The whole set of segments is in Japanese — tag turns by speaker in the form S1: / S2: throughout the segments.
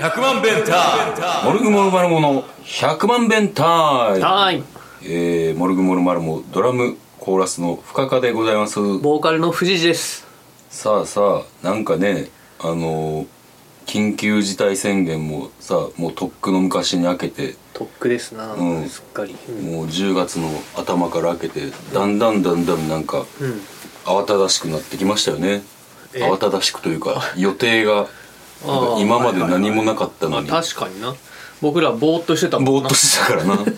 S1: 100万弁タイモルグモルマルモの100万弁タイム
S2: はい
S1: えー、モルグモルマルモドラムコーラスの深川でございます
S2: ボーカルの藤井です
S1: さあさあなんかねあのー緊急事態宣言もさもうとっくの昔に明けて
S2: とっくですな、
S1: うん
S2: すっかりうん、
S1: もう10月の頭から明けてだんだんだんだんなんか
S2: うん
S1: 慌ただしくなってきましたよね
S2: え
S1: 慌ただしくというか予定がなんか
S2: あー
S1: 今まで何もなかったのに
S2: 確かにな僕らぼーっとしてたもん
S1: ぼ
S2: な
S1: ーっとしてたからな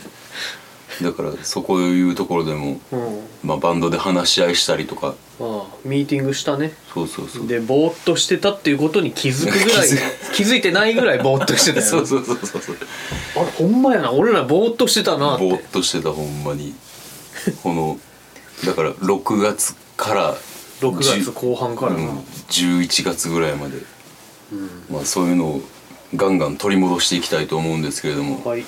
S1: だからそこいうところでも、
S2: うんあ
S1: まあ、バンドで話し合いしたりとか
S2: あミーティングしたね
S1: そうそうそう
S2: でぼーっとしてたっていうことに気づくぐらい
S1: 気
S2: 気
S1: づ
S2: づいてないぐらいぼーっとしてた よ
S1: そうそうそうそうそう
S2: あれほんまやな俺らぼーっとしてたなって
S1: ぼーっとしてたほんまにこのだから6月から
S2: 6
S1: じゅ
S2: 月後半からな、
S1: うん、11月ぐらいまで、まあ、そういうのをガンガン取り戻していきたいと思うんですけれども、
S2: はい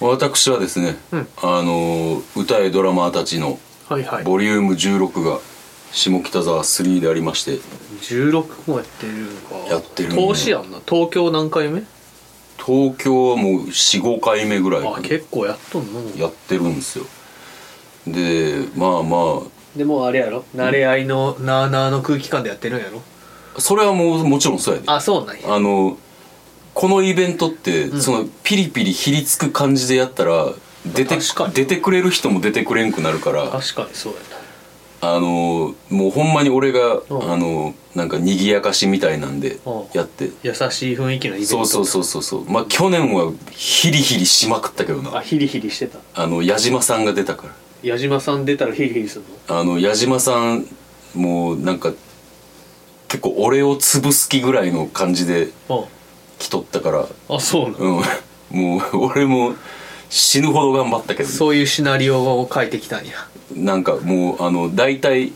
S1: 私はですね、
S2: うん
S1: あのー歌えドラマーたちの
S2: はいはい
S1: ボリューム16が下北沢3でありまして
S2: 16もやってるんか
S1: やってるね
S2: 投資やんな東京何回目
S1: 東京はもう45回目ぐらいか
S2: あ
S1: な
S2: 結構やっとんの
S1: やってるんですよでまあま
S2: でもあれやろ慣れ合いのなあなあの空気感でやってるんやろ
S1: あそれはもうもちろんそうやで
S2: あそうなんや
S1: あのこのイベントって、そのピリピリひりつく感じでやったら出て
S2: 確かに
S1: 出てくれる人も出てくれんくなるから
S2: 確かにそうや
S1: あのもうほんまに俺が、
S2: ん
S1: あのなんか賑やかしみたいなんで
S2: うん
S1: やって、
S2: な優しい雰囲気のイベント
S1: そうそうそうそうそうまあ去年はヒリヒリしまくったけど
S2: あ
S1: な
S2: ヒリヒリしてた
S1: あの矢島さんが出たから
S2: 矢島さん出たらヒリヒリするの
S1: あの矢島さんもうなんか結構俺を潰す気ぐらいの感じで
S2: う
S1: 来とったから
S2: んあそうなん、
S1: うん もう俺も死ぬほど頑張ったけど
S2: そういうシナリオを書いてきたんや
S1: なんかもうあの大体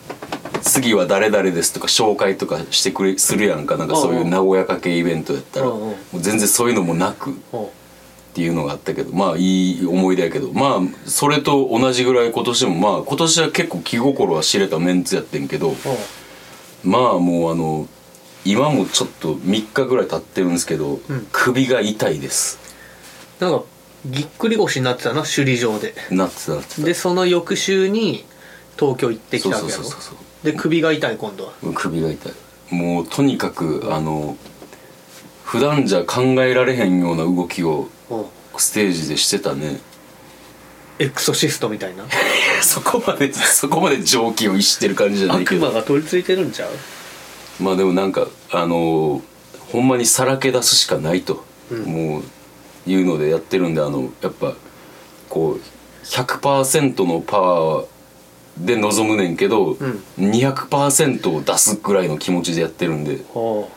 S1: 次は誰々ですとか紹介とかしてくれするやんかなんかそういう
S2: うんうん
S1: 名古屋かけイベントやったら
S2: うんうん
S1: もう全然そういうのもなくっ
S2: うん
S1: ていうのがあったけどまあいい思い出やけどまあそれと同じぐらい今年もまあ今年は結構気心は知れたメンツやってんけどまあもうあの今もちょっと3日ぐらい経ってるんですけど、
S2: ん
S1: 首が痛いです
S2: なんかぎっくり腰になってたな首里城で
S1: なってたなってた
S2: でその翌週に東京行ってき
S1: そう
S2: た
S1: そ
S2: わけ
S1: う
S2: や
S1: そ
S2: ろ
S1: うそう
S2: で首が痛い今度は
S1: 首が痛いもうとにかくあの普段じゃ考えられへんような動きを
S2: うん
S1: ステージでしてたね
S2: エクソシストみたいな
S1: そこまで そこまで常軌を逸してる感じじゃないけ
S2: 悪魔
S1: ど
S2: が取り付いてるんちゃう
S1: まあでもなんかあのほんまにさらけ出すしかないと、
S2: ん
S1: もういうのでやってるんであのやっぱこう100%のパワーで臨むねんけど、
S2: ん
S1: 200%を出すぐらいの気持ちでやってるんで
S2: は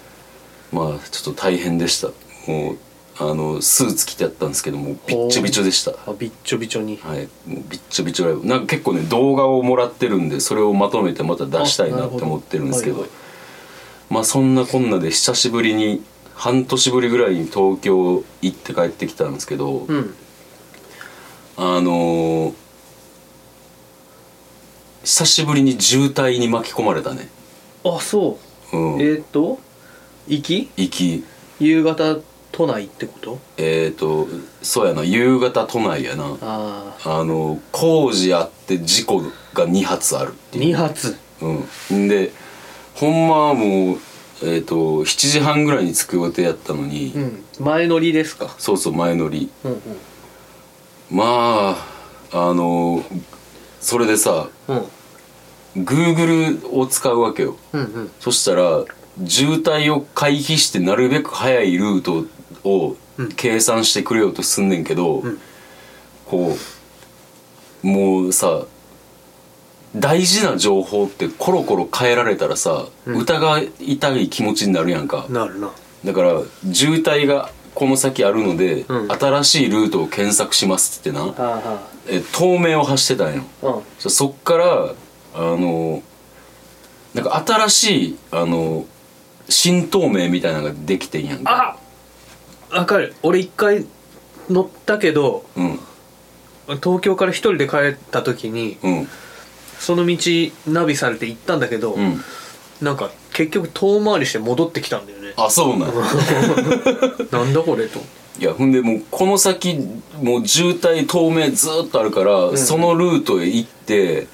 S1: まあちょっと大変でしたもうあのスーツ着てやったんですけどもうびっちょびちょでした
S2: ああびっちょびちょに
S1: はいもうびっちょびちょライブなんか結構ね動画をもらってるんでそれをまとめてまた出したいなって思ってるんですけど
S2: はいは
S1: まあそんなこんなで久しぶりに半年ぶりぐらいに東京行って帰ってきたんですけど、
S2: いうん
S1: あのー久しぶりに渋滞に巻き込まれたね
S2: あそう、
S1: うん
S2: えーっ、と行き
S1: 行き
S2: 夕方都内ってこと
S1: えっ、とそうやな夕方都内やな
S2: ああ
S1: あの工事あって事故が2発あるっていう、
S2: 2発
S1: うん、でほんまはもう、えー、と7時半ぐらいに着く予定やったのに、
S2: うん前乗りですか
S1: そうそう前乗り
S2: うん
S1: まああのそれでさ
S2: うん
S1: Google を使うわけよ
S2: うんうん
S1: そしたら渋滞を回避してなるべく早いルートを
S2: うん
S1: 計算してくれようとすんねんけど、
S2: ん
S1: こうもうさ大事な情報ってコロコロ変えられたらさ、疑いたい気持ちになるやんか
S2: なるな
S1: だから渋滞がこの先あるので、
S2: うん
S1: 新しいルートを検索しますってな、
S2: あは
S1: え透明を走ってたんよ
S2: あうん
S1: そそっからあのなんか新しいあの新透明みたいなのができてんやんか
S2: あわかる俺一回乗ったけど
S1: うん
S2: 東京から一人で帰った時に
S1: うん
S2: その道ナビされて行ったんだけど、
S1: うん
S2: なんか結局遠回りして戻ってきたんだよね
S1: あそうなんや
S2: なんだこれと
S1: いやほんでもうこの先もう渋滞透明ずーっとあるから、そのルートへ行って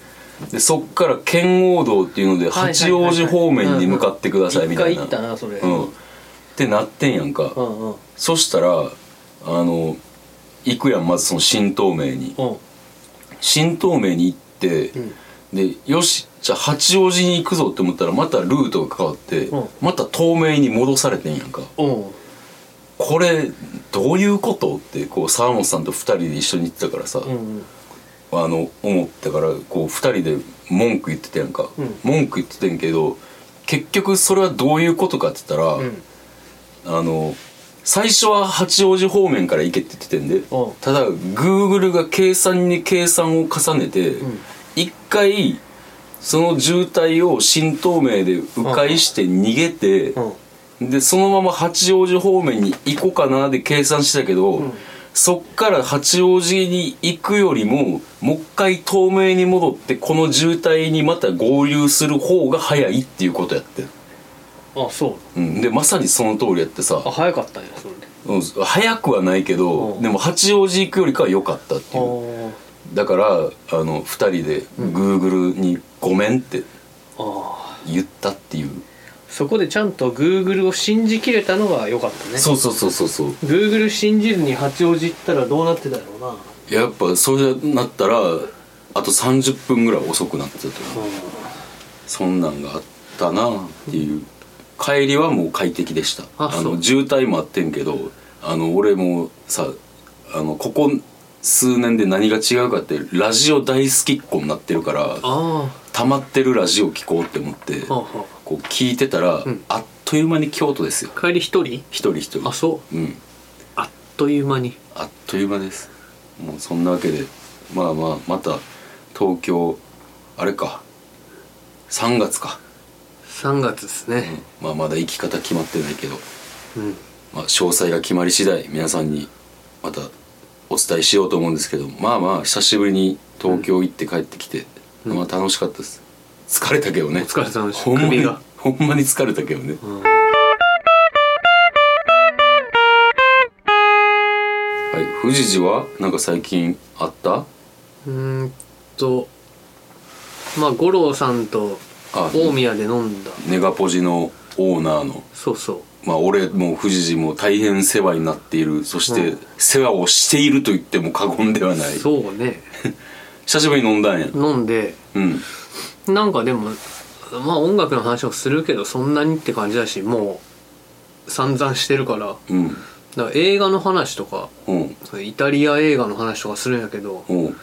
S1: でそっから圏央道っていうので
S2: はいはいはい
S1: 八王子方面に向かってくださいみたいな、
S2: 一回行ったなそれ
S1: うんってなってんやんか、
S2: うんうん
S1: そしたらあの行くやんまずその新東名に
S2: うん
S1: 新東名に行って、
S2: ん
S1: でよしじゃあ八王子に行くぞって思ったらまたルートが変わって、
S2: うん
S1: また東名に戻されてんやんか
S2: うん
S1: これどういうことってこう沢本さんと2人で一緒に行ってたからさ、
S2: うん
S1: あの思ったからこう2人で文句言ってたやんか、
S2: うん
S1: 文句言ってたんやけど結局それはどういうことかって言ったら、
S2: うん
S1: あの最初は八王子方面から行けって言っててんで
S2: ん
S1: ただ Google が計算に計算を重ねて
S2: ん
S1: 一、回その渋滞を新東名で迂回して逃げて、
S2: うん
S1: でそのまま八王子方面に行こうかなで計算してたけど、
S2: ん
S1: そっから八王子に行くよりももう一回東名に戻ってこの渋滞にまた合流する方が早いっていうことやって、
S2: あそう
S1: うん、でまさにその通りやってさ
S2: あ早かったんやそれで
S1: うん早くはないけど、
S2: うん
S1: でも八王子行くよりかは良かったっていう
S2: あ
S1: だからあの2人で Google に「ごめん」って
S2: あ
S1: 言ったっていう、
S2: そこでちゃんと Google を信じきれたのが良かったね
S1: そうそうそうそうそう
S2: Google 信じずに八王子行ったらどうなってたろうな
S1: やっぱそうなったらあと30分ぐらい遅くなってたと思うそんなんがあったなっていう帰りはもう快適でした
S2: あそう
S1: の渋滞もあってんけどあの俺もさあのここ数年で何が違うかってラジオ大好きっ子になってるから
S2: あ
S1: 溜まってるラジオ聞こうって思って
S2: あはあは
S1: こう聞いてたら、
S2: ん
S1: あっという間に京都ですよ
S2: あ帰り一人
S1: 一人一人
S2: あそう
S1: う、ん、
S2: あっという間に
S1: あっという間ですもうそんなわけでまあまあまた東京あれか3月か、
S2: 3月ですね
S1: まあ、まだ行き方決まってないけど、
S2: うん
S1: まあ、詳細が決まり次第皆さんにまたお伝えしようと思うんですけどまあまあ久しぶりに東京行って帰ってきて、まあ楽しかったです疲れたけどね
S2: お疲れ様でした
S1: ほんま
S2: 首
S1: に
S2: が
S1: ほんまに疲れたけどね、
S2: うん
S1: はい、富士寺はなんか最近あった
S2: うーんとまあ五郎さんと
S1: あ
S2: 大宮で飲んだ
S1: ネガポジのオーナーの
S2: そうそう
S1: まあ俺も富士寺も大変世話になっているそして
S2: うん
S1: 世話をしていると言っても過言ではない
S2: そうね
S1: 久しぶりに飲んだんや
S2: 飲んで
S1: うん
S2: なんかでもまあ音楽の話をするけどそんなにって感じだしもう散々してるからだか
S1: うん
S2: ら映画の話とか
S1: うん
S2: そのイタリア映画の話とかするんやけど
S1: うん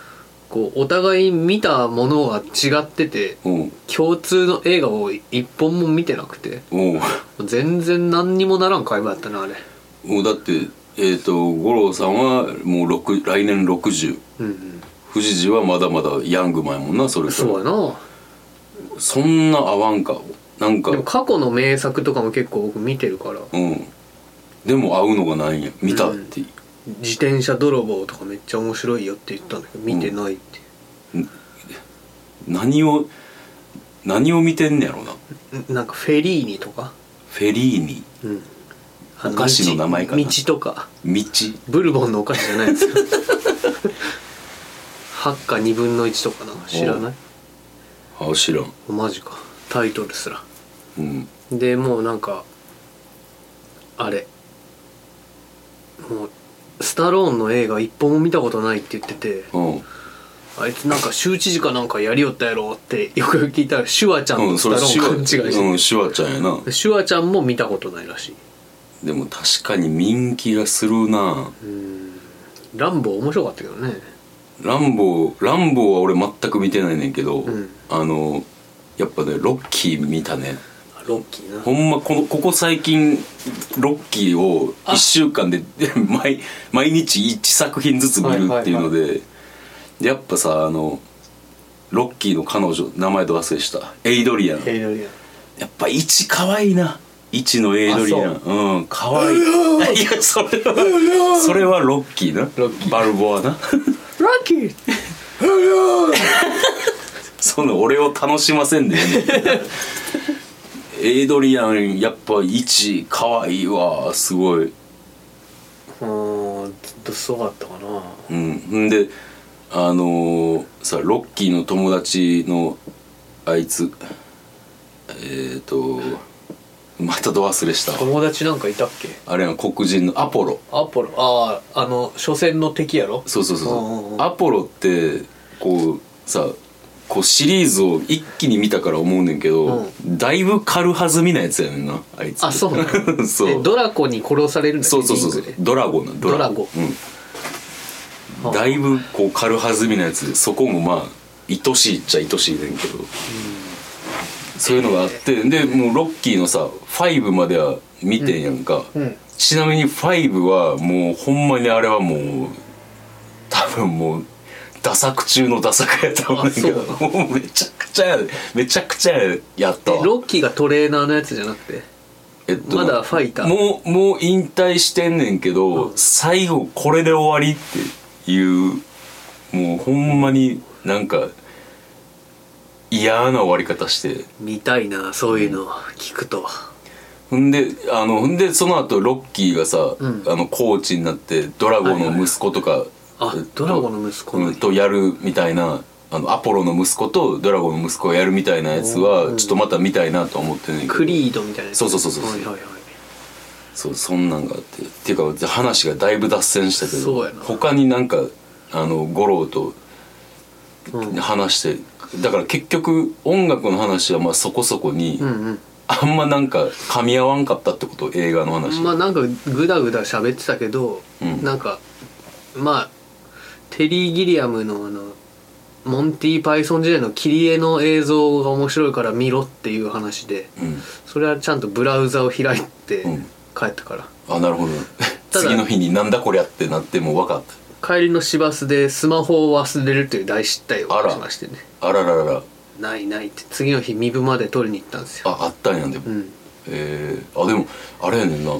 S2: こうお互い見たものが違ってて
S1: うん
S2: 共通の映画を一本も見てなくて
S1: うん
S2: 全然何にもならん会話やったなあれ
S1: もうだってえっ、と五郎さんはもう六来年60
S2: うん、うん、
S1: 富士寺はまだまだヤングマンやもんなそれから
S2: そうやな
S1: そんな合わんかなんか
S2: でも過去の名作とかも結構僕見てるから
S1: うんでも合うのがないんや見たって、
S2: 自転車泥棒とかめっちゃ面白いよって言ったんだけど見てないって、
S1: 何を何を見てんねやろな
S2: ななんかフェリーニとか、
S1: フェリーニ
S2: うん、
S1: お菓子の名前かな
S2: 道道とか
S1: 道
S2: ブルボンのお菓子じゃな いですよ8か2分の1とかなんか知らない
S1: あ知らん
S2: マジかタイトルすら
S1: うん
S2: でもうなんかあれもうスタローンの映画一本も見たことないって言ってて
S1: うん
S2: あいつなんか州知事かなんかやりよったやろってよく聞いたらシュワちゃん
S1: うん
S2: とス
S1: そ
S2: タ
S1: れ
S2: ロ
S1: シ
S2: ー
S1: ュ
S2: ン
S1: ワ
S2: 勘違いして
S1: うんシュワちゃんやな
S2: てシュワちゃんも見たことないらしい
S1: でも確かに人気がするな
S2: ランボー面白かったけどね
S1: ランボーランボーは俺全く見てないねんけど、
S2: ん
S1: あのやっぱねロッキー見たね
S2: ロッキーな
S1: ほんまこのここ最近ロッキーを1週間で 毎毎日1作品ずつ見るっていうので、やっぱさあのロッキーの彼女名前ど忘れしたエイドリアン
S2: エイドリアン
S1: やっぱ1かわいいな1のエイドリアン
S2: あ
S1: うんかわいい いやそれはそれはロッキーな
S2: ロッキ
S1: バルボアな
S2: ロッキー
S1: その俺を楽しませんでええねんエイドリアンやっぱ1かわいいわすごい
S2: うんずっとすごかったかな
S1: うんんであのーさロッキーの友達のあいつえっ、ー、とまたど忘れした
S2: 友達なんかいたっけ
S1: あれは黒人のアポロ
S2: アポロあああの初戦の敵やろ
S1: そうそうそう
S2: うんうん
S1: そううんアポロってこうさこうシリーズを一気に見たから思うねんけど、だいぶ軽はずみなやつやねんなあいつ
S2: あそうなの
S1: そう
S2: えドラコに殺されるんだっけ
S1: そうそうそう
S2: リ
S1: そ
S2: ン
S1: う
S2: グで
S1: ドラゴンな
S2: ドラゴ
S1: ン、う
S2: は
S1: ん、
S2: あ
S1: だいぶこう軽はずみなやつでそこもまあ愛しいっちゃ愛しいねんけど、そういうのがあってでもうロッキーのさ5までは見てんやんか、
S2: うん
S1: ちなみに5はもうほんまにあれはもう多分もうダ作中のダ作やと思うねんけど
S2: あ
S1: もうめちゃくちゃやでめちゃくちゃやったわ
S2: えロッキーがトレーナーのやつじゃなくて
S1: えっと
S2: まだファイター
S1: もうもう引退してんねんけど、
S2: うん
S1: 最後これで終わりっていうもうほんまになんか嫌な終わり方して
S2: 見たいなそういうの聞くと
S1: ほんであのほんでその後ロッキーがさ、
S2: うん
S1: あのコーチになってドラゴンの息子とか、
S2: あ
S1: えっと
S2: ドラゴンの息子
S1: うんとやるみたいなあのアポロの息子とドラゴンの息子をやるみたいなやつはちょっとまた見たいなとは思ってんねんけど
S2: クリードみたいなやつ
S1: そうそうそうそう
S2: はいはいはい
S1: そうそんなんがあってっていうか話がだいぶ脱線したけど
S2: そうやな
S1: 他になんかあの五郎と
S2: うん
S1: 話して、だから結局音楽の話はまあそこそこに、
S2: うん
S1: あんまなんか噛み合わんかったってこと映画の
S2: う
S1: 話、
S2: んまあなんかグダグダ喋ってたけど、
S1: うん
S2: なんかまあテリー・ギリアムのあのモンティ・パイソン時代の切り絵の映像が面白いから見ろっていう話で
S1: うん、
S2: それはちゃんとブラウザを開いて
S1: うん
S2: 帰ったから、
S1: あなるほど
S2: ただ
S1: 次の日になんだこりゃってなってもう分かっ
S2: 帰りの市バスでスマホを忘れるという大失態を
S1: あら
S2: しましてね
S1: たあらららら
S2: ないないって次の日身分まで取りに行ったんですよ
S1: ああったんやでも、
S2: うん
S1: えーあでもあれやねんな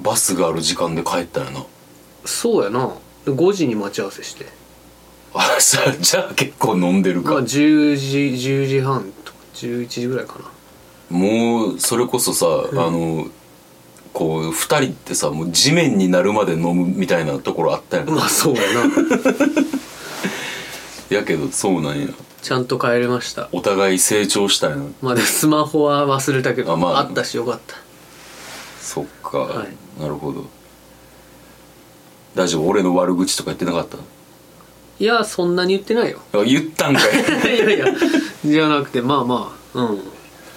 S1: バスがある時間で帰ったんやな
S2: そうやな5時に待ち合わせして
S1: あじゃあじゃあ結構飲んでるか
S2: まあ10時10時半とか11時ぐらいかな
S1: もうそれこそさ、あのこう2人ってさもう地面になるまで飲むみたいなところあったやん、
S2: まあそうやな
S1: やけどそうなんや
S2: ちゃんと帰れました
S1: お互い成長したやん
S2: まあで スマホは忘れたけど
S1: あ
S2: あ,、
S1: まあ
S2: ったしよかった
S1: そっか、
S2: はい
S1: なるほど大丈夫俺の悪口とか言ってなかっ
S2: いやそんなに言ってないよ
S1: たあ言ったんかい
S2: いやいやじゃなくてまあまあうん、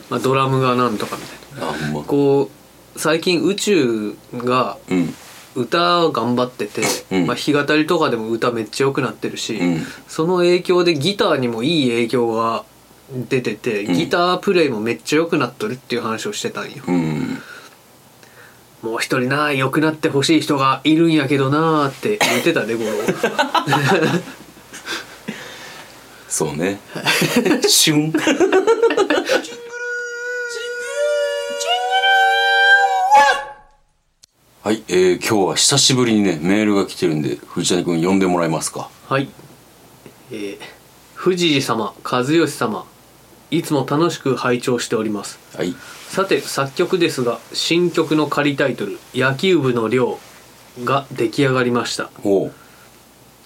S2: まあ、ドラムがなんとかみたい
S1: あほんま
S2: なこう最近宇宙が
S1: うん
S2: 歌を頑張ってて、
S1: うん
S2: まあ、弾き語りとかでも歌めっちゃ良くなってるし、
S1: うん
S2: その影響でギターにもいい影響が出てて、
S1: ん
S2: ギタープレイもめっちゃ良くなっとるっていう話をしてたんよ、
S1: うん
S2: もう一人な良くなってほしい人がいるんやけどなーって言ってたでゴロ
S1: そうねシュンはい、えー今日は久しぶりにねメールが来てるんで藤谷君呼んでもらえますか
S2: はいえー藤井様和義様いつも楽しく拝聴しております
S1: はい
S2: さて作曲ですが新曲の仮タイトル「野球部の寮」が出来上がりました
S1: おう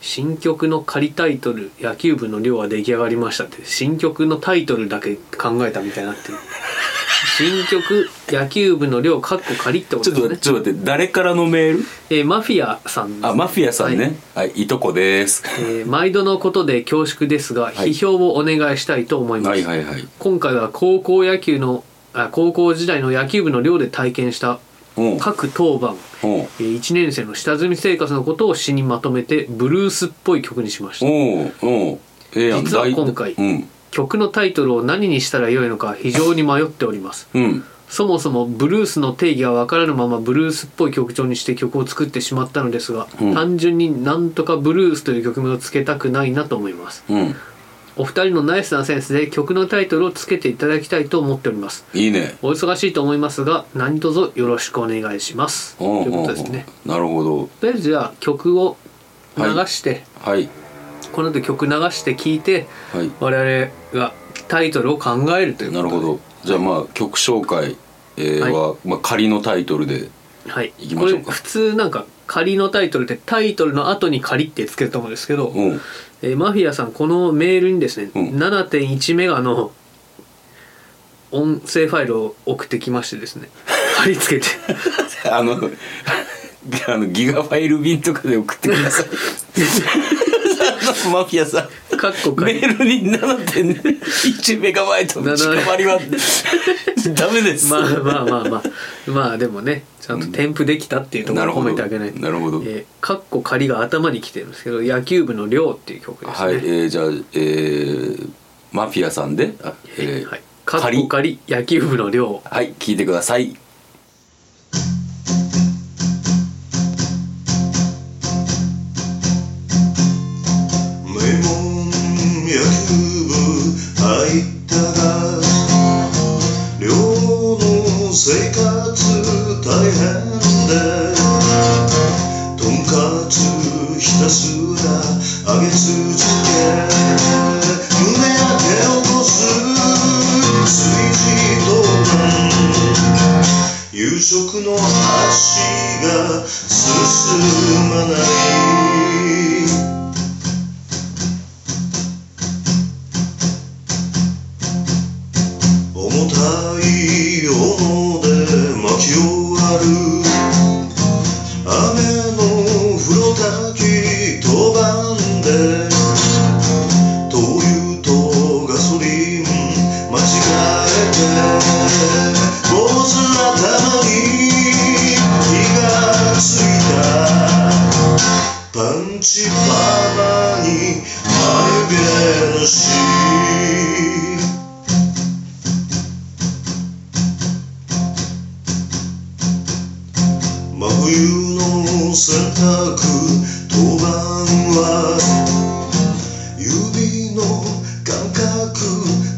S2: 新曲の仮タイトル「野球部の寮」は出来上がりましたって新曲のタイトルだけ考えたみたいになってる新曲「野球部の寮」かっこ仮ってこ
S1: ち
S2: と
S1: ょっ
S2: で
S1: と
S2: す
S1: 待ってちょ
S2: ね
S1: っと待って誰からのメール
S2: えーマフィアさんです
S1: あマフィアさんねはい、い、とこです
S2: えー毎度のことで恐縮ですが、
S1: い
S2: 批評をお願いしたいと思います、
S1: はいはいはい
S2: 今回は高校野球のあ高校時代の野球部の寮で体験した
S1: おう
S2: 各当番
S1: おう
S2: えー1年生の下積み生活のことを詩にまとめてブルースっぽい曲にしました
S1: おうおうええやん
S2: 実は今回
S1: 大うん
S2: 曲のタイトルを何にしたらよいのか非常に迷っております
S1: うん
S2: そもそもブルースの定義が分からぬままブルースっぽい曲調にして曲を作ってしまったのですが、
S1: うん
S2: 単純になんとかブルースという曲名をつけたくないなと思います
S1: うん
S2: お二人のナイスなセンスで曲のタイトルをつけていただきたいと思っております
S1: いいね
S2: お忙しいと思いますが何卒よろしくお願いしますと
S1: お
S2: いううこ
S1: おう
S2: とですね
S1: なるほど
S2: とりあえずじゃあ曲を流して、
S1: はい
S2: この後曲流して聴いて
S1: はい
S2: 我々がタイトルを考えるというこ
S1: な
S2: と
S1: る
S2: で
S1: ほどじゃあまあ曲紹介えー
S2: はい
S1: は、まあ、仮のタイトルで
S2: はい
S1: 行き
S2: こ
S1: ましょ
S2: れ
S1: うか
S2: 普通なんか仮のタイトルってタイトルの後に仮ってつけると思うんですけど、
S1: うん
S2: えーマフィアさんこのメールにですね、
S1: うん
S2: 7.1メガの音声ファイルを送ってきまし てですね貼り付け て
S1: あの あのギガファイル便とかで送ってくださいあ のマフィアさん
S2: カッコ
S1: メールに7.1メガバイトの近ま りはダメです、
S2: まあまあまあまあまあでもねちゃんと添付できたっていうところを褒めてあげないと
S1: なるほどなるほど
S2: えーカッコ仮が頭に来てるんですけど「野球部の寮」っていう曲ですね、
S1: はい、えー、じゃあ、えー、マフィアさんで、あえー
S2: はい、カッコ仮野球部の寮
S1: はい、聞いてください。
S3: 名門野球部入ったが寮の生活大変でとんかつひたすら揚げ続け胸焼け起こす炊事当番夕食の箸が進まない重たい斧で巻き終わる雨の風呂炊き当番で灯油とガソリン間違えて坊主頭に火がついたパンチパーマに眉毛のし真冬の洗濯当番は指の感覚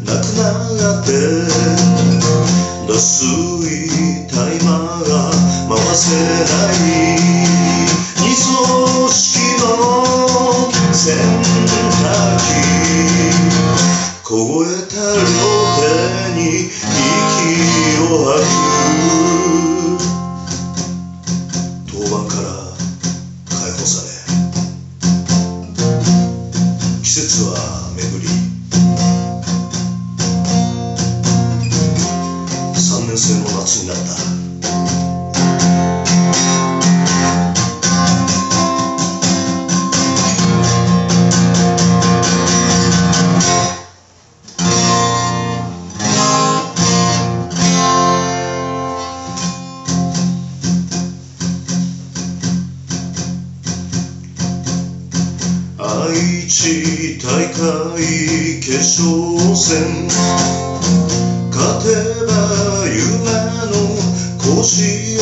S3: なくなって脱水タイマーが回せない二層式の洗濯機凍えた両手に息を吐く当番から解放され季節は巡り3年生の夏になった愛知大会決勝戦勝てば夢の甲子園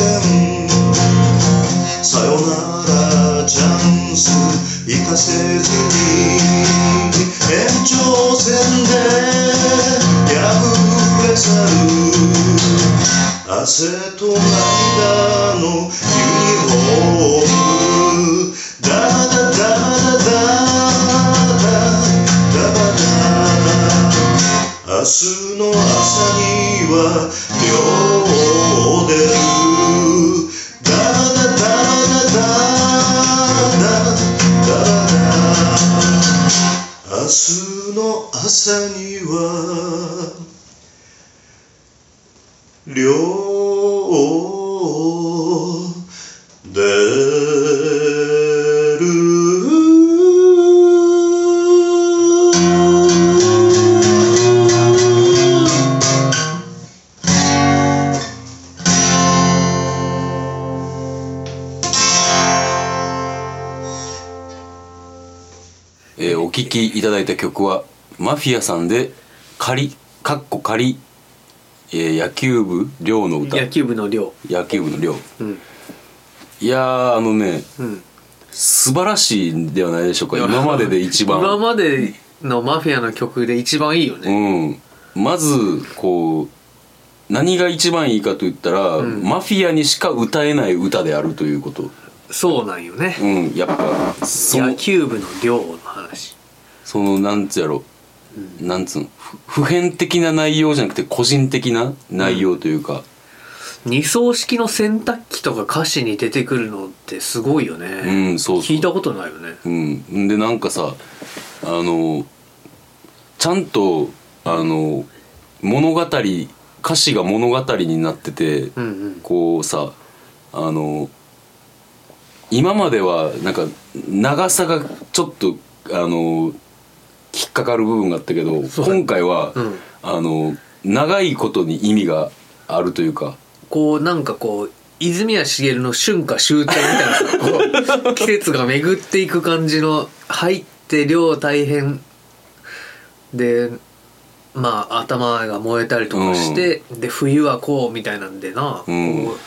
S3: さよならチャンス生かせずに延長戦で敗れ去る汗と涙のユニフォームダダダダダダダダダダ明日の朝には寮を出るダダダダダダダダダ明日の朝には寮を出る
S1: えーお聞きいただいた曲はマフィアさんで仮かっこ仮、えー野球部寮の歌
S2: 野球部の寮
S1: 野球部の寮
S2: うん
S1: いやーあのね
S2: うん
S1: 素晴らしいんではないでしょうか今までで一番
S2: 今までのマフィアの曲で一番いいよね、
S1: うん、まずこう何が一番いいかと言ったら、マフィアにしか歌えない歌であるということ
S2: そうなんよね、
S1: うんやっぱその
S2: 野球部の寮の話
S1: そのなんつやろ、なんつうのふ普遍的な内容じゃなくて個人的な内容というか、
S2: 二層式の洗濯機とか歌詞に出てくるのってすごいよね、
S1: うんそうそう
S2: 聞いたことないよね
S1: うん、でなんかさあのちゃんとあの物語歌詞が物語になってて、
S2: うんうん
S1: こうさあの今まではなんか長さがちょっとあの引っかかる部分があったけど
S2: そう
S1: 今回は、
S2: うん
S1: あの長いことに意味があるというか
S2: こうなんかこう泉谷しげるの春夏秋冬みたいなさこう季節が巡っていく感じの入って量大変でまあ頭が燃えたりとかして、で冬はこうみたいなんでな、
S1: うん
S2: こう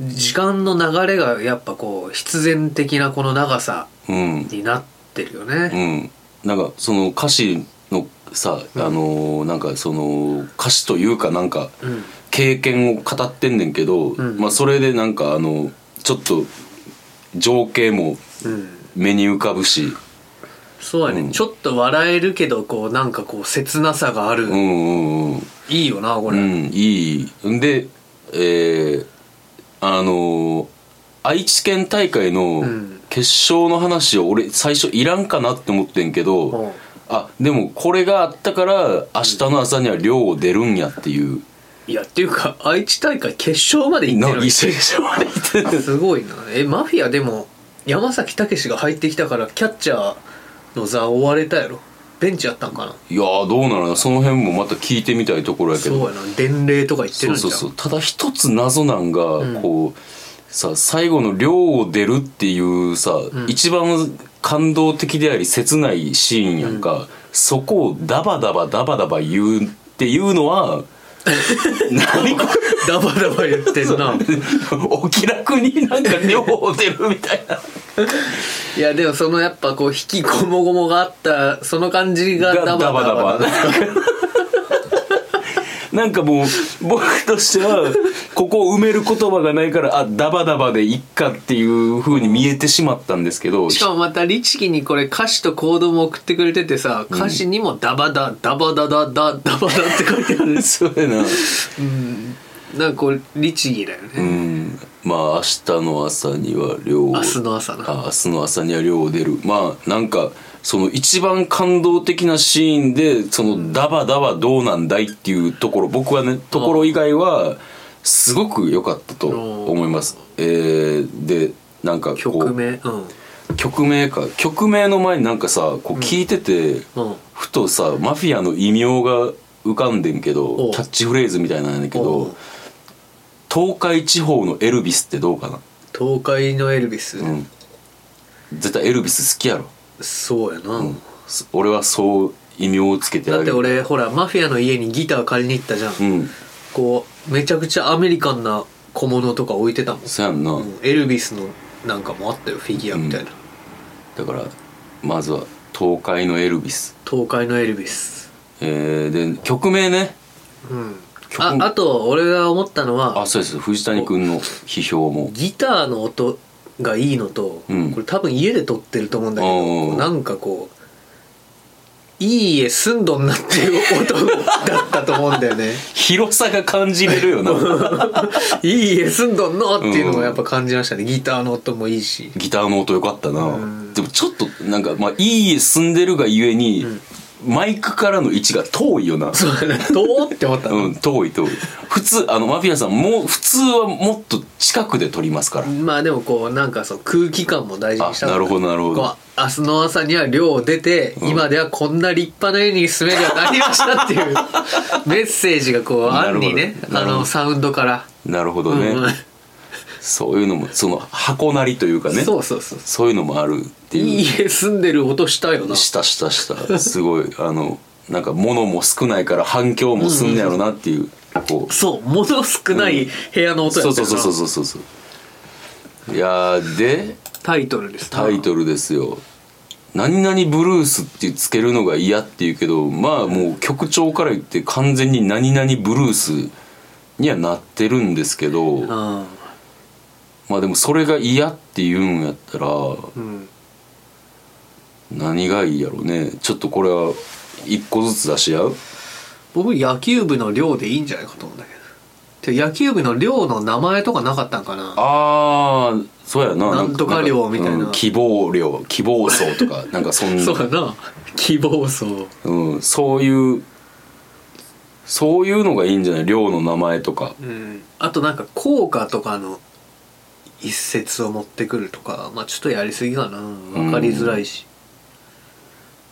S2: 時間の流れがやっぱこう必然的なこの長さ
S1: うん
S2: になってるよね、
S1: うん、なんかその歌詞のさ、あのーなんかその歌詞というかなんか
S2: うん
S1: 経験を語ってんねんけど、
S2: ん
S1: まあ、それでなんかあのちょっと情景も
S2: うん、
S1: 目に浮かぶし、
S2: そうだね、
S1: うん
S2: ちょっと笑えるけどこうなんかこう切なさがある、
S1: うんうんうん
S2: いいよなこ
S1: う
S2: れ、
S1: ん、いいんで、えーあのー愛知県大会の
S2: ん
S1: 決勝の話を俺最初いらんかなって思ってんけど、
S2: うん
S1: あでもこれがあったから明日の朝には寮を出るんやっていう。
S2: いやっていうか愛知大会決勝まで行っ
S1: の
S2: てる
S1: 一緒一緒まで行ってる
S2: すごいなえマフィアでも山崎武が入ってきたからキャッチャーの座追われたやろベンチやったんかない
S1: やーどうなのその辺もまた聞いてみたいところやけ
S2: そう
S1: ど
S2: やな伝令とか言って
S1: そ
S2: るん
S1: う
S2: じゃ
S1: そ
S2: ん
S1: うそうただ一つ謎なんが、こうさ最後の寮を出るっていうさ、一番感動的であり切ないシーンやんか、そこをダバダバダバダバ言うっていうの は何これ
S2: ダバダバ言ってるな
S1: お気楽になんか寮を出るみたいない
S2: やでもそのやっぱこう引きこもごもがあったその感じが
S1: が
S2: ダバダバ
S1: ダバダバ なんかもう僕としてはここを埋める言葉がないからあダバダバでいっかっていう風に見えてしまったんですけど
S2: しかもまた律儀にこれ歌詞と行動も送ってくれててさ歌詞にもダバダダバダダダダバダって書いてあ る
S1: そうやな
S2: なんかこう律儀だよね、
S1: うんまあ明日の朝には寮を
S2: 明日の朝な
S1: あ明日の朝には寮を出るまあなんかその一番感動的なシーンでそのダバダバどうなんだいっていうところ僕はねところ以外はすごく良かったと思いますえーでなんかこう
S2: 曲名うん
S1: 曲名か曲名の前になんかさこう聞いてて、
S2: うん
S1: ふとさマフィアの異名が浮かんでんけ
S2: お
S1: ど
S2: う
S1: キャッチフレーズみたいなんだけ
S2: お
S1: ど
S2: う
S1: 東海地方のエルビスってどうかな、
S2: 東海のエルビス、
S1: うん、絶対エルビス好きやろ、
S2: そうやな、
S1: うんそ俺はそう異名をつけてあ
S2: だっ
S1: げ
S2: て
S1: る
S2: 俺ほらマフィアの家にギター借りに行ったじゃん、
S1: うん
S2: こうめちゃくちゃアメリカンな小物とか置いてたもん、
S1: そやんな、
S2: うんエルビスのなんかもあったよフィギュアみたい
S1: う
S2: な、
S1: だからまずは東海のエルビス、
S2: 東海のエルビス
S1: えー、で曲名ね
S2: うん
S1: 曲
S2: ああと俺が思ったの
S1: あ
S2: は
S1: そうです藤谷君の批評も
S2: ギターの音がいいのと、
S1: うん
S2: これ多分家で撮ってると思うんだけど
S1: おうおう
S2: こうなんかこういい家住んどんなっていう音だったと思うんだよね
S1: 広さが感じれる よな
S2: いい家住んどんのっていうのもやっぱ感じましたねギターの音もいいし
S1: ギターの音良かったな、
S2: ん
S1: でもちょっとなんか、まあ、いい家住んでるがゆえに、マイクからの位置が遠いよな
S2: そうだねどうって思ったの、
S1: うん遠い遠い普通あのマフィアさんもう普通はもっと近くで撮りますから、
S2: まあでもこうなんかその空気感も大事にしたか
S1: あ
S2: った
S1: なるほどなるほど
S2: こう明日の朝には寮を出て、
S1: ん
S2: 今ではこんな立派な家に住めるようになりましたっていう メッセージがこう
S1: なる
S2: 暗
S1: ほど
S2: にね
S1: な
S2: あ
S1: るほど
S2: のサウンドから、
S1: なるほどね、
S2: うん
S1: そういうのもその箱なりというかね
S2: そうそうそう
S1: そういうのもあるっていう
S2: いい家住んでる音したよな
S1: したしたしたすごいあのなんか物も少ないから反響もすんねやろなっていう、こう
S2: そうもの少ない部屋の音や
S1: そ
S2: っ
S1: う
S2: た
S1: そ
S2: よ
S1: う
S2: な
S1: そうそうそうそういやーで
S2: タイトルです
S1: タイトルですよ「何々ブルース」ってつけるのが嫌っていうけどまあもう曲調から言って完全に「何々ブルース」にはなってるんですけ
S2: ル
S1: ど
S2: うん
S1: まあでもそれが嫌っていうんやったら
S2: うん
S1: 何がいいやろうねちょっとこれは一個ずつ出し合う
S2: 僕野球部の寮でいいんじゃないかと思うんだけどけど野球部の寮の名前とかなかったんかな
S1: ああそうやな
S2: なんとか寮みたいな
S1: うん希望寮希望層と かなんかそんな
S2: そうやな希望層
S1: うん、そういうそういうのがいいんじゃない寮の名前とか
S2: うんあとなんか効果とかの一節を持ってくるとかまあちょっとやりすぎかな分かりづらいし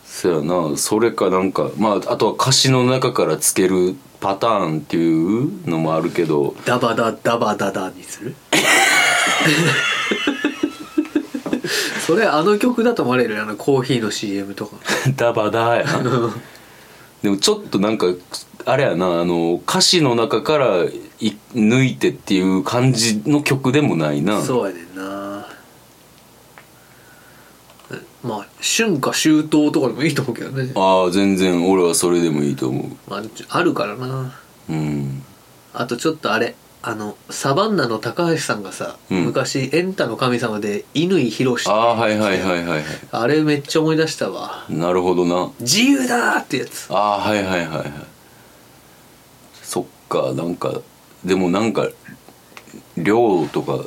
S1: そやなそれかなんかまああとは歌詞の中からつけるパターンっていうのもあるけど
S2: ダバダダバダダにする それあの曲だと思われるあのコーヒーの CM とか
S1: ダバダやなでもちょっとなんかあれやなあの歌詞の中からい抜いてっていう感じの曲でもないな
S2: そうやねんなうんまあ春夏秋冬とかでもいいと思うけどね
S1: ああ全然俺はそれでもいいと思
S2: まあ、ちょあるからな
S1: ううん
S2: あとちょっとあれあのサバンナの高橋さんがさ、
S1: うん
S2: 昔「エンタの神様」で乾宏
S1: あ
S2: 志
S1: あはいはいはいはいは
S2: あれめっちゃ思い出したわ
S1: いなるほどな
S2: 「自由だ!」ってやつ
S1: ああはいはいはいはいそっかなんかでもなんか寮とか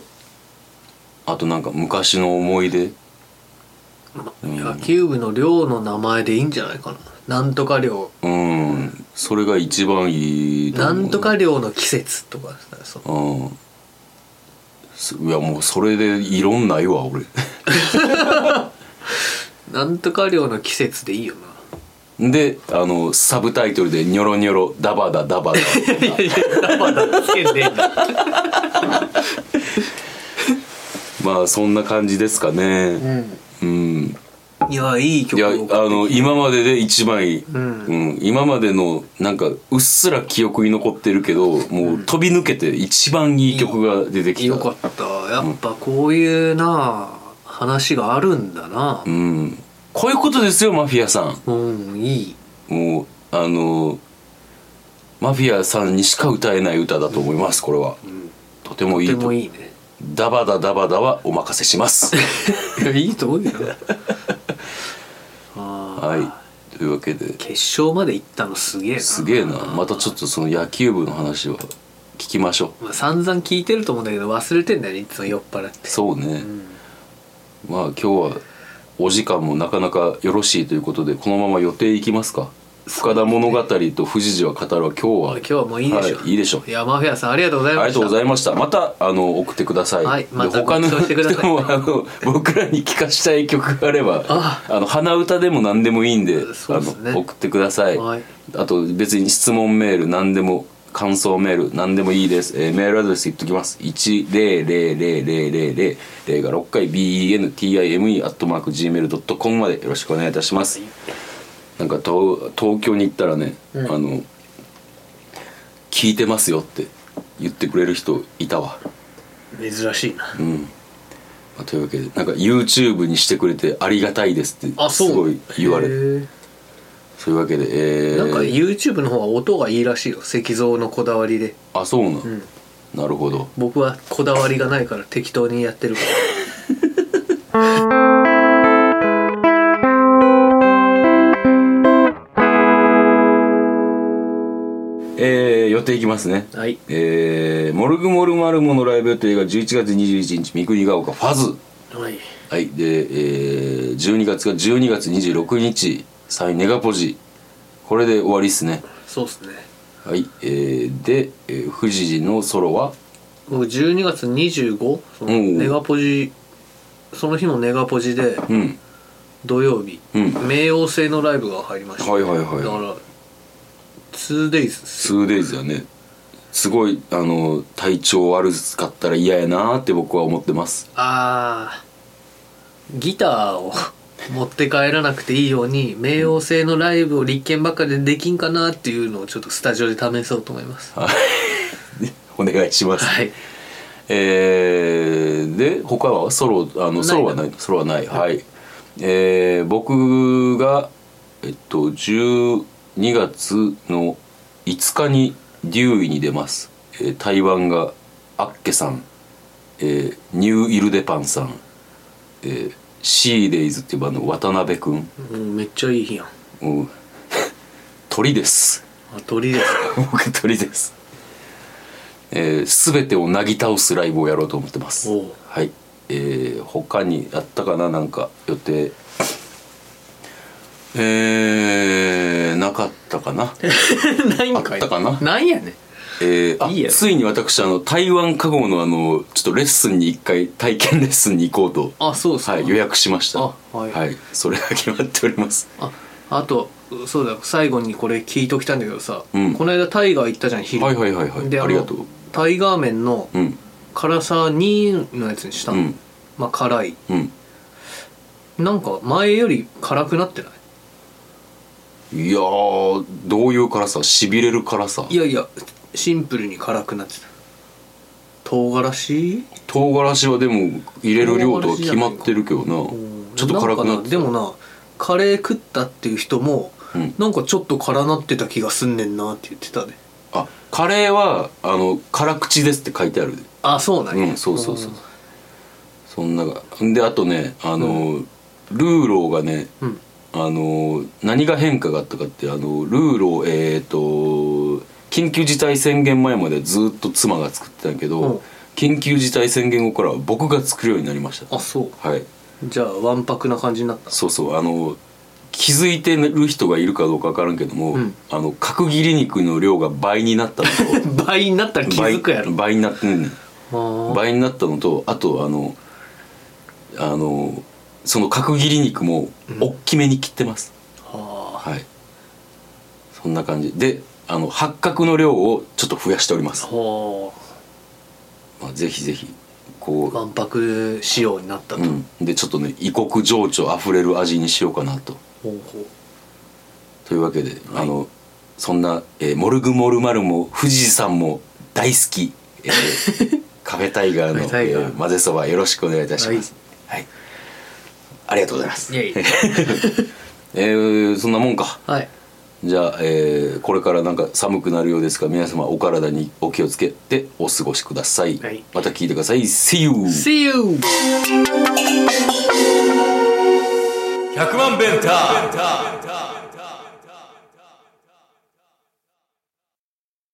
S1: あとなんか昔の思い出
S2: 野球部の寮の名前でいいんじゃないかななんとか寮
S1: うんそれが一番いいと
S2: な
S1: 思うん
S2: とか寮の季節とかさその
S1: うんすいやもうそれでいろんないわ俺
S2: なんとか寮の季節でいいよな
S1: であのサブタイトルで「ニョロニョロダバダダバダ」
S2: いやいや生だつけんでんだ
S1: まあそんな感じですか
S2: う
S1: ね
S2: ん
S1: うん
S2: いやいい
S1: い
S2: 曲
S1: やあ
S2: を
S1: の今までで一番いい、
S2: ん
S1: うん今までのなんかうっすら記憶に残ってるけどもう飛び抜けて一番いい曲が出てきた
S2: よかったやっぱこういうな話があるんだな
S1: うん、こういうことですよマフィアさ
S2: うんいい
S1: んもうあのマフィアさんにしか歌えない歌だと思いますこれは、とてもいい
S2: と
S1: と
S2: てもいいね
S1: ダバダダバダはお任せします
S2: いやいいと思うよ あー
S1: はいというわけで
S2: 決勝まで行ったのすげえな
S1: すげえなまたちょっとその野球部の話は聞きましょう
S2: まあ、散々聞いてると思うんだけど忘れてんだよねいつも酔っ払って
S1: そうね、まあ今日はお時間もなかなかよろしいということでこのまま予定いきますか深田物語と富士寺は語るは今日は
S2: 今日はもういいでしょ、
S1: はい、いいでしょう
S2: いやマフィアさんありがとうござい
S1: あ
S2: ま
S1: りが
S2: し
S1: と
S2: た
S1: うございましたまたあの送ってください、
S2: はいま
S1: で
S2: た
S1: 他の
S2: ご馳走してください
S1: 人もあの僕らに聞かしたい曲があれば
S2: あ
S1: の鼻歌でも何でもいいんで
S2: そうですね
S1: あの送ってください、
S2: はい
S1: あと別に質問メール何でも感想メール何でもいいです、えーメールアドレス言っときます1000000が6回 bentime.gmail.com までよろしくお願いいたします、なんか東東京に行ったらね、あの聞いてますよって言ってくれる人いたわ、
S2: 珍しいな、
S1: まあというわけでなんか YouTube にしてくれてありがたいですって
S2: あそう
S1: すごい言われる
S2: る
S1: そういうわけでえー、
S2: なんか YouTube の方は音がいいらしいよ石像のこだわりで
S1: あそうなん、なるほど
S2: 僕はこだわりがないから適当にやってるから
S1: えー、予定いきますね
S2: はい
S1: えー、モルグモルマルモのライブ予定が11月21日三国ヶ丘ファズ
S2: はい
S1: はいで、えー、12月が12月26日サイネガポジこれで終わりっすね
S2: そうっすね
S1: はい、えー、で、えー、富士寺のソロは
S2: 僕12月25そ
S1: う
S2: の
S1: ん
S2: ネガポジその日のネガポジで
S1: うん
S2: 土曜日、
S1: うん
S2: 冥王星のライブが入りました、
S1: はいはいはい
S2: だから 2days
S1: 2 days だねすごいあの体調悪かったら嫌やなーって僕は思ってます
S2: あーギターを持って帰らなくていいように冥王星のライブを立件ばっかりでできんかなっていうのをちょっとスタジオで試そうと思います
S1: はいお願いします、
S2: はい
S1: えーで他はソロあのソロはないソロはないはい、えー僕がえっと12月の5日にデューイに出ます、えー台湾がアッケさん、えーニューイルデパンさん、えーシーデイズっていうバンド渡辺くん、
S2: うんめっちゃいい日やん
S1: うん 鳥です
S2: あ鳥ですか
S1: 僕鳥ですえー、全てをなぎ倒すライブをやろうと思ってます
S2: おう
S1: はいえー、他にあったかななんか予定えー、なかったか な
S2: ないんかい
S1: あったかな
S2: なんやねん
S1: えーあ
S2: いいや
S1: ついに私あの台湾加護のあのちょっとレッスンに一回体験レッスンに行こうと
S2: あそうっすか
S1: はい、予約しました
S2: あはい
S1: それが決まっており ます
S2: ああとそうだ最後にこれ聞いときたいんだけどさ、
S1: うん
S2: この間タイガー行ったじゃん昼
S1: はいはいはいはい
S2: で
S1: あ
S2: の
S1: りがとう
S2: タイガー麺の
S1: うん
S2: 辛さ2のやつにしたの、
S1: うん
S2: まあ辛い
S1: うん
S2: なんか前より辛くなってない
S1: いやーどういう辛さしびれる辛さ
S2: いやいやシンプルに辛くなってた唐辛子
S1: 唐辛子はでも入れる量とは決まってるけどなちょっと辛くなっ
S2: んか
S1: て
S2: でもなカレー食ったっていう人も、
S1: うん
S2: なんかちょっと辛なってた気がすんねんなって言ってたね
S1: あカレーはあの辛口ですって書いてある
S2: あそうなんや、
S1: うんそうそうそうそんながであとねあの、ルーローがね
S2: うん
S1: あの何が変化があったかってあのルーローえっ、と緊急事態宣言前までずっと妻が作ってたんやけど、
S2: うん
S1: 緊急事態宣言後からは僕が作るようになりました
S2: あそう
S1: はい
S2: じゃあわんぱくな感じになった
S1: そうそうあの気づいてる人がいるかどうか分からんけども、
S2: うん
S1: あの角切り肉の量が倍になったの
S2: 倍になったら
S1: と
S2: 気づくや
S1: 倍
S2: ろ
S1: 倍になってんねん
S2: あー
S1: 倍になったのとあとあのあのその角切り肉も大きめに切ってます、
S2: あ
S1: はいそんな感じであの八角の量をちょっと増やしております
S2: ー、ほ
S1: まあ、ぜひぜひこ
S2: ーわ
S1: うん
S2: ぱく仕様になったと、
S1: うん、でちょっとね異国情緒あふれる味にしようかなと
S2: ほうほう
S1: というわけで、あのそんな、えーモルグモルマルも富士山も大好き、え ーカフェタイガーの
S2: カフェタイガー
S1: えー混ぜそばよろしくお願いいたします、はいありがとうございます
S2: イエイ
S1: えーそんなもんか
S2: はい
S1: じゃあ、えーこれからなんか寒くなるようですが皆様お体にお気をつけてお過ごしください、
S2: はい
S1: また聞いてください See you!
S2: See you!
S4: 100万ベンター